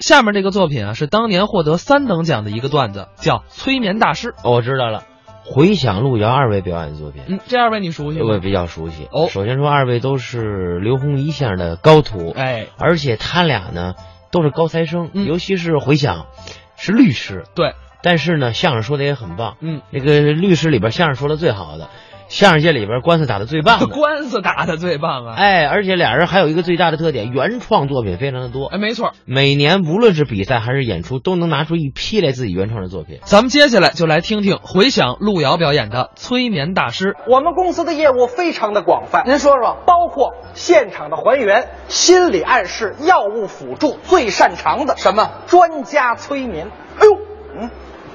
下面这个作品啊，是当年获得三等奖的一个段子，叫《催眠大师》。哦我知道了，回想路遥二位表演作品，嗯，这二位你熟悉我也吗？比较熟悉。哦首先说二位都是刘洪一先生的高徒，哎，而且他俩呢都是高材生，嗯尤其是回想是律师，对，但是呢相声说的也很棒。嗯，那个律师里边相声说的最好的，相声界里边官司打的最啊 棒的。官司打的最棒啊！哎，而且俩人还有一个最大的特点，原创作品非常的多哎，。没错，每年无论是比赛还是演出，都能拿出一批来自己原创的作品。咱们接下来就来听听回响路遥表演的《催眠大师》。我们公司的业务非常的广泛，您说说，包括现场的还原、心理暗示、药物辅助，最擅长的什么？专家催眠。哎呦，嗯，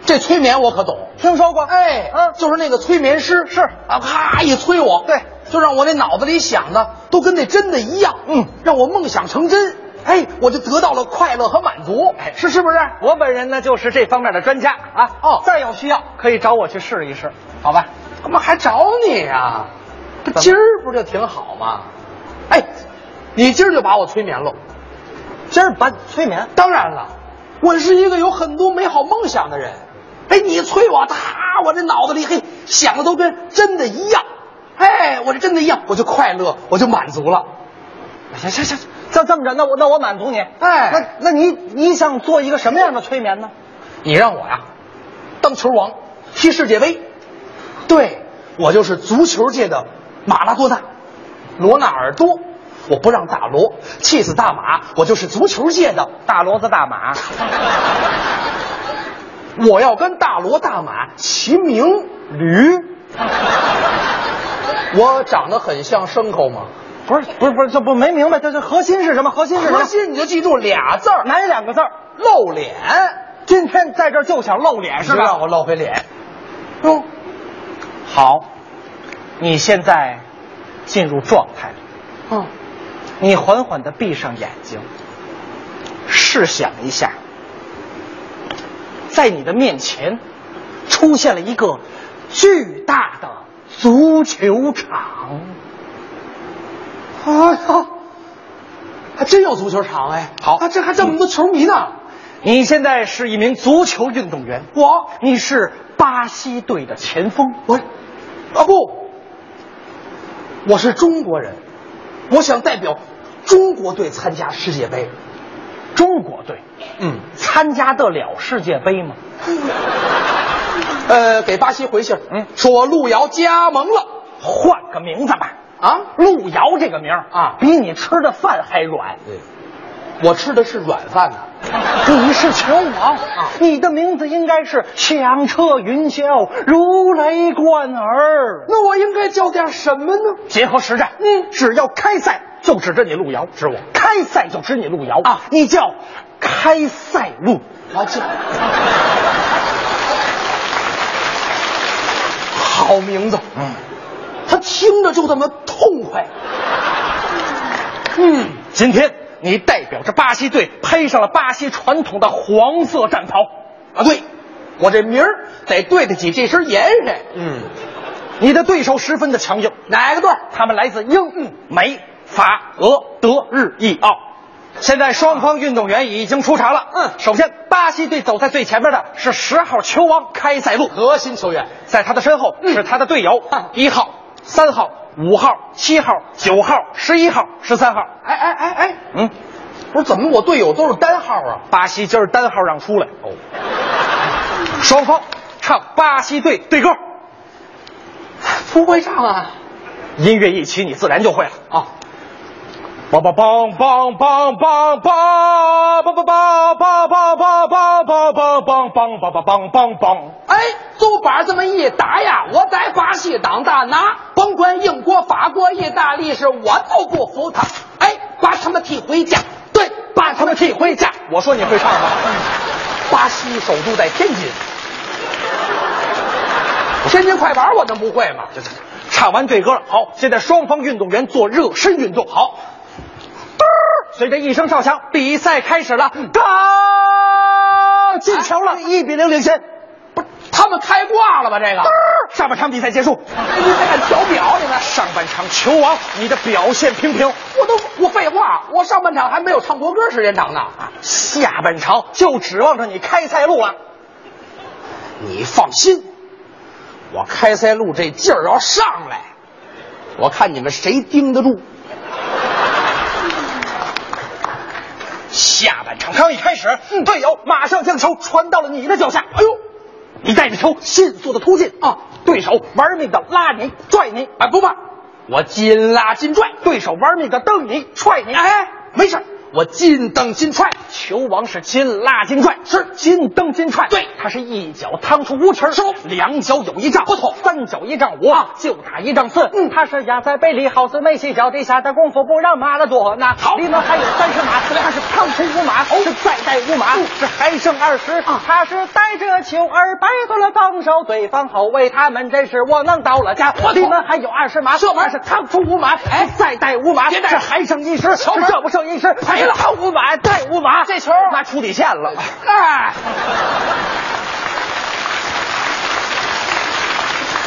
这催眠我可懂，听说过？哎，嗯，就是那个催眠师是啊，咔一催我，对，就让我那脑子里想的都跟那真的一样，嗯，让我梦想成真。哎，我就得到了快乐和满足，哎，是是不是？我本人呢就是这方面的专家啊。哦，再有需要可以找我去试一试，好吧？干嘛还找你呀、不今儿不就挺好吗？哎，你今儿就把我催眠了，今儿把催眠？当然了，我是一个有很多美好梦想的人。哎，你催我，他我这脑子里嘿想的都跟真的一样。哎，我这真的一样，我就快乐，我就满足了。哎行行行，这这么着，那我那我满足你。哎，那那你你想做一个什么样的催眠呢？你让我呀，当球王，踢世界杯。对，我就是足球界的马拉多纳，罗纳尔多。我不让大罗气死大马，我就是足球界的大骡子大马。我要跟大罗大马齐名驴。我长得很像牲口吗？不是，不是，不是，这不没明白，这这核心是什么？核心是核心，你就记住俩字儿，哪两个字儿？露脸。今天在这儿就想露脸是吧？让我露回脸。哟，好，你现在进入状态。嗯，你缓缓的闭上眼睛，试想一下，在你的面前出现了一个巨大的足球场。啊操！还啊真有足球场哎！好，啊，这还这么多球迷呢。你现在是一名足球运动员，我，你是巴西队的前锋，我，啊不，我是中国人，我想代表中国队参加世界杯。中国队，嗯，参加得了世界杯吗？呃，给巴西回信，嗯，说路遥加盟了，换个名字吧。啊，路遥这个名儿啊，比你吃的饭还软。我吃的是软饭呢、 你是球王啊！你的名字应该是响彻云霄，如雷贯耳。那我应该叫点什么呢？结合实战，嗯，只要开赛就指着你路遥，指我；开赛就指你路遥啊！你叫开赛路，我叫。好名字，嗯，他听着就这么痛快。嗯，今天你代表着巴西队披上了巴西传统的黄色战袍啊！对，我这名儿得对得起这身颜色。嗯，你的对手十分的强硬，哪个队？嗯他们来自英、美、法、俄、德、日、意、奥。现在双方运动员已经出场了。嗯，首先巴西队走在最前面的是十号球王开塞露，核心球员，嗯啊在他的身后是他的队友一、号、三号、五号、七号、九号、十一号、十三号。哎哎哎哎，嗯，不是怎么我队友都是单号啊？巴西今儿单号让出来哦。双方唱巴西队队歌，不会唱啊。音乐一起，你自然就会了啊。梆梆梆梆梆梆梆梆梆梆梆梆梆梆梆梆梆梆梆梆梆梆。哎，都板这么一打呀，我在巴西当大拿，甭管英国、法国、意大利是我都不服他。哎，把他们踢回家，对，把他们踢回家。我说你会唱吗？巴西首都在天津。天津快板我能不会吗？这这这，唱完对歌了，好，现在双方运动员做热身运动，好。嘚儿随着一声哨响，比哎赛开始了，当进球了，一比零领先。不是，啊他们开挂了吧？这个，上半场比赛结束，哎你们按调表，你们上半场球王，你的表现平平，我都我废话，我上半场还没有唱国歌时间长呢，啊下半场就指望着你开啊塞露了。你放心，我开塞露这劲儿要上来，我看你们谁盯得住。下半场刚一开始，队友马上将球传到了你的脚下，哎呦，你带着球迅速的突进啊，对手玩命的拉你拽你，哎不怕，我紧拉紧拽，对手玩命的蹬你踹你，哎，没事儿。我紧蹬紧踹，球王是紧拉紧拽，是紧蹬紧踹。对，他是一脚趟出无耻，两脚有一丈，不错，三脚一丈五，就打一丈四。嗯，他是压在背里，好似梅西脚底下的功夫不让马拉多纳。好，里面还有三十码，他是趟出五码，是再带五码，是还剩二十。他是带着球儿摆脱了防守对方后卫，他们真是窝囊到了家。里面还有二十码，这玩意是趟出五码，哎，再带五码，这还剩一十，是这不剩一十，赔了趟五码，带五码，这球那出底线了，哎。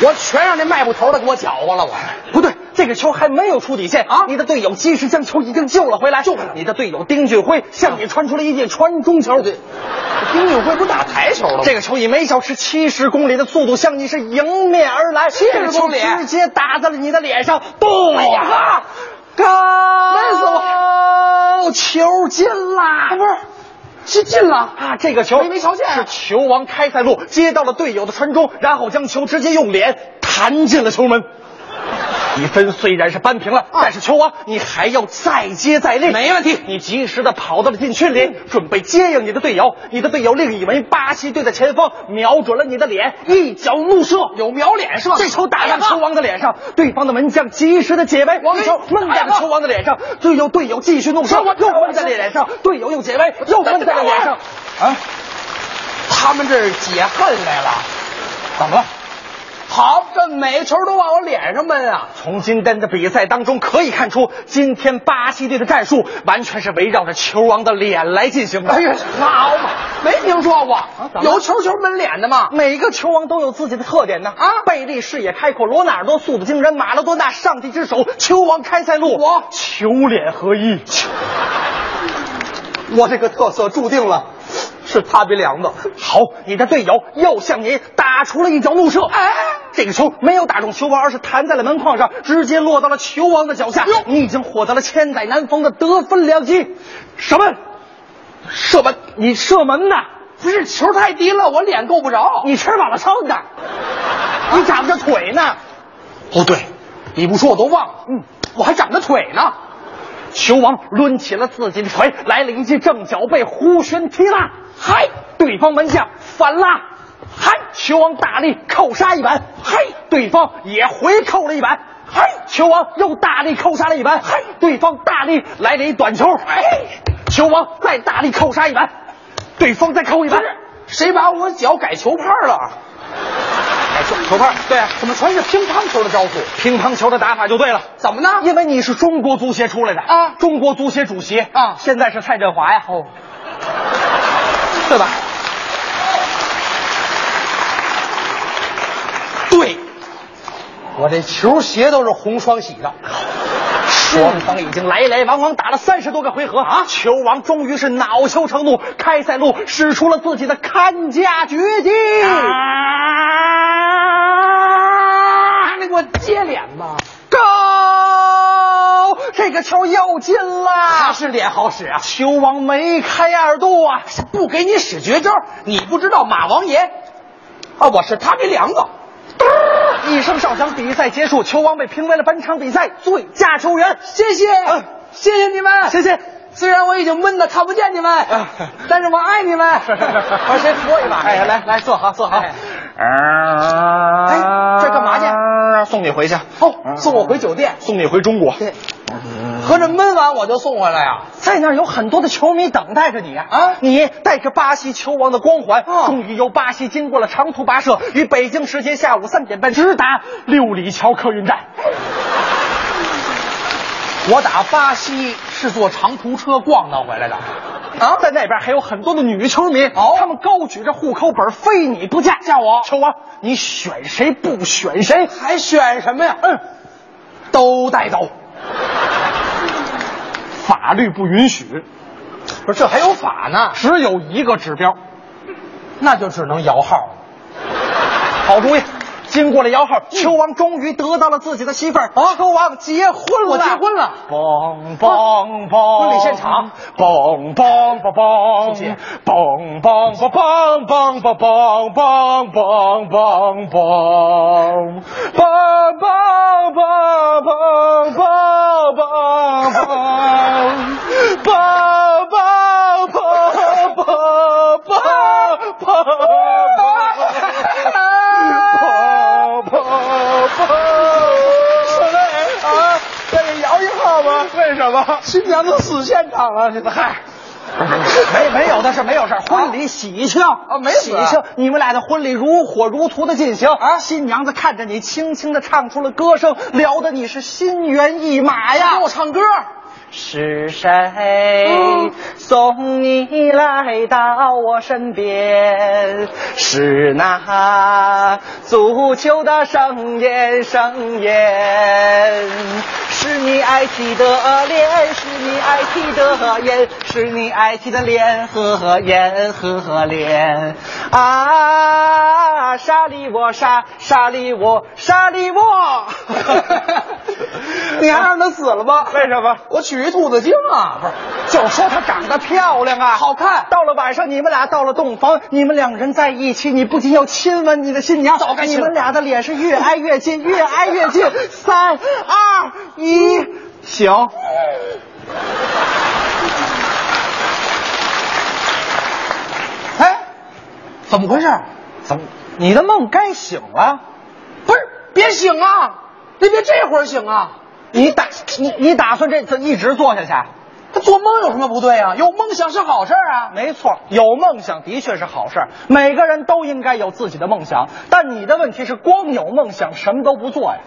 我全让那卖布头的给我搅和了，我不对，这个球还没有出底线啊！你的队友及时将球已经救了回来，救回来。你的队友丁俊晖向你传出了一记传中球，对，丁俊晖不打台球了吗？这个球以每小时七十公里的速度向你是迎面而来，七70公里直接打在了你的脸上，咚！哎呀，高，累死我！球进啦！啊不是。进进了啊！这个球没没瞧见啊是球王开塞露接到了队友的传中，然后将球直接用脸弹进了球门。比分虽然是扳平了，但是球王你还要再接再厉，啊没问题。嗯你及时的跑到了禁区里，准备接应你的队友。你的队友另一名巴西队的前锋瞄准了你的脸，一脚怒射，有瞄脸是吧？哎这球打在球王的脸上，对方的门将及时的解围，王球闷在了球王的脸上，队友队友继续怒射，又闷在了脸上，队友又解围，又闷在了脸上。啊，他们这是解恨来了，怎么了？好，这每球都往我脸上闷啊！从今天的比赛当中可以看出，今天巴西队的战术完全是围绕着球王的脸来进行的。哎啊呀，好嘛，没听说过，有球球闷脸的吗？每个球王都有自己的特点呢。啊，贝利视野开阔，罗纳尔多速度惊人，马拉多纳上帝之手，球王开塞露，我球脸合一。我这个特色注定了是塌鼻梁子。好，你的队友又向你打出了一脚怒射，哎，这个球没有打中球王，而是弹在了门框上，直接落到了球王的脚下。你已经获得了千载难逢的得分良机。什么？射门？你射门呐？不是，球太低了，我脸够不着。你吃饱了撑的，你长着腿呢。哦，对，你不说我都忘了。嗯，我还长着腿呢。球王抡起了自己的腿，来了一记正脚背弧旋踢拉，嗨，对方门将反拉，嗨，球王大力扣杀一板，嗨，对方也回扣了一板，嗨，球王又大力扣杀了一板，嗨，对方大力来了一短球，哎，球王再大力扣杀一板，对方再扣一板，谁把我脚改球拍了？哎，球球拍，对啊，怎么全是乒乓球的招数？乒乓球的打法就对了，怎么呢？因为你是中国足协出来的啊中国足协主席啊现在是蔡振华呀，哦，对吧？对，我这球鞋都是红双喜的。双方已经来来往往打了三十多个回合啊！球王终于是恼羞成怒，开塞露使出了自己的看家绝技。啊！你给我接脸吧！高，这个球又进了，还是脸好使啊！球王梅开二度啊！不给你使绝招，你不知道马王爷啊，我是他鼻梁子。一声哨响，比赛结束，球王被评为了本场比赛最佳球员。谢谢，谢谢你们，谢谢。虽然我已经闷的看不见你们， 但是我爱 你们。我先说一把，哎，来来坐好坐好。哎，这干嘛去？送你回去，哦，送我回酒店。送你回中国。对，合着闷完我就送回来呀、嗯在那儿有很多的球迷等待着你啊！你带着巴西球王的光环，终于由巴西经过了长途跋涉，于北京时间下午三点半直达六里桥客运站。我打巴西是坐长途车逛荡回来的，啊，在那边还有很多的女球迷，哦，他们高举着户口本，非你不嫁，叫我，求我，你选谁不选谁，还选什么呀？嗯，都带走，法律不允许，不是这还有法呢？只有一个指标，那就只能摇号了。好主意。经过了摇号，球王终于得到了自己的媳妇儿。啊，球王结婚了，我结婚了，嘣嘣嘣！婚礼现场，嘣嘣嘣嘣，谢谢嘣嘣嘣嘣嘣嘣嘣嘣嘣嘣嘣嘣嘣嘣嘣嘣嘣嘣嘣嘣嘣嘣嘣嘣！啊，再给摇一号吧？为什么？新娘子死现场了，这嗨。 没没有的事，没有啊事。婚礼喜庆哦啊，没喜庆。你们俩的婚礼如火如荼的进行啊，新娘子看着你，轻轻的唱出了歌声，聊得你是心猿意马呀。给我唱歌。是谁送你来到我身边？是那足球的盛宴，盛宴。是你爱踢的脸，是你爱踢的眼，是你爱踢的脸和眼和脸。啊，沙里我沙沙里我沙里我， 你还让他死了吗？ 为什么？我娶一兔子精啊！就说她长得漂亮啊，好看。到了晚上，你们俩到了洞房，你们两人在一起，你不仅要亲吻你的新娘，早该你亲了们俩的脸是越挨越近，越挨越近。三二一，行。哎，怎么回事？怎么？你的梦该醒了，不是？别醒啊！你别这会儿醒啊！你打你你打算这这一直做下去？啊他做梦有什么不对啊？有梦想是好事啊！没错，有梦想的确是好事儿。每个人都应该有自己的梦想，但你的问题是光有梦想什么都不做呀。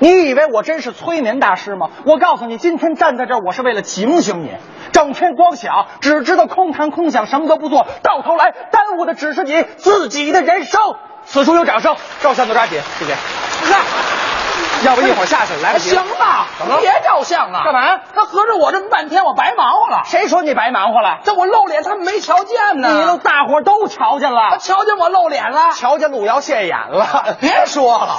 你以为我真是催眠大师吗？我告诉你，今天站在这儿，我是为了警醒你。整天光想，只知道空谈空想，什么都不做，到头来耽误的只是你自己的人生。此处有掌声，照相的抓紧，谢谢。那，要不一会儿下去来不及了。哎行吧，怎么了别照相了。干嘛呀他合着我这么半天，我白忙活了。谁说你白忙活了？这我露脸，他们没瞧见呢。你都大伙儿都瞧见了他，瞧见我露脸了。瞧见路遥现眼了。别说了，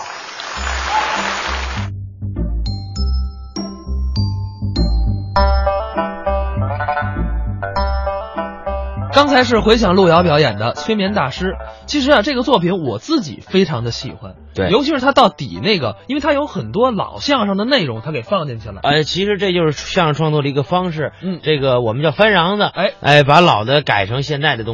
刚才是回想路遥表演的《催眠大师》。其实啊，这个作品我自己非常的喜欢，对尤其是他到底那个，因为他有很多老相声的内容，他给放进去了。呃，其实这就是相声创作的一个方式。嗯这个我们叫翻瓤子，哎哎，把老的改成现在的东西。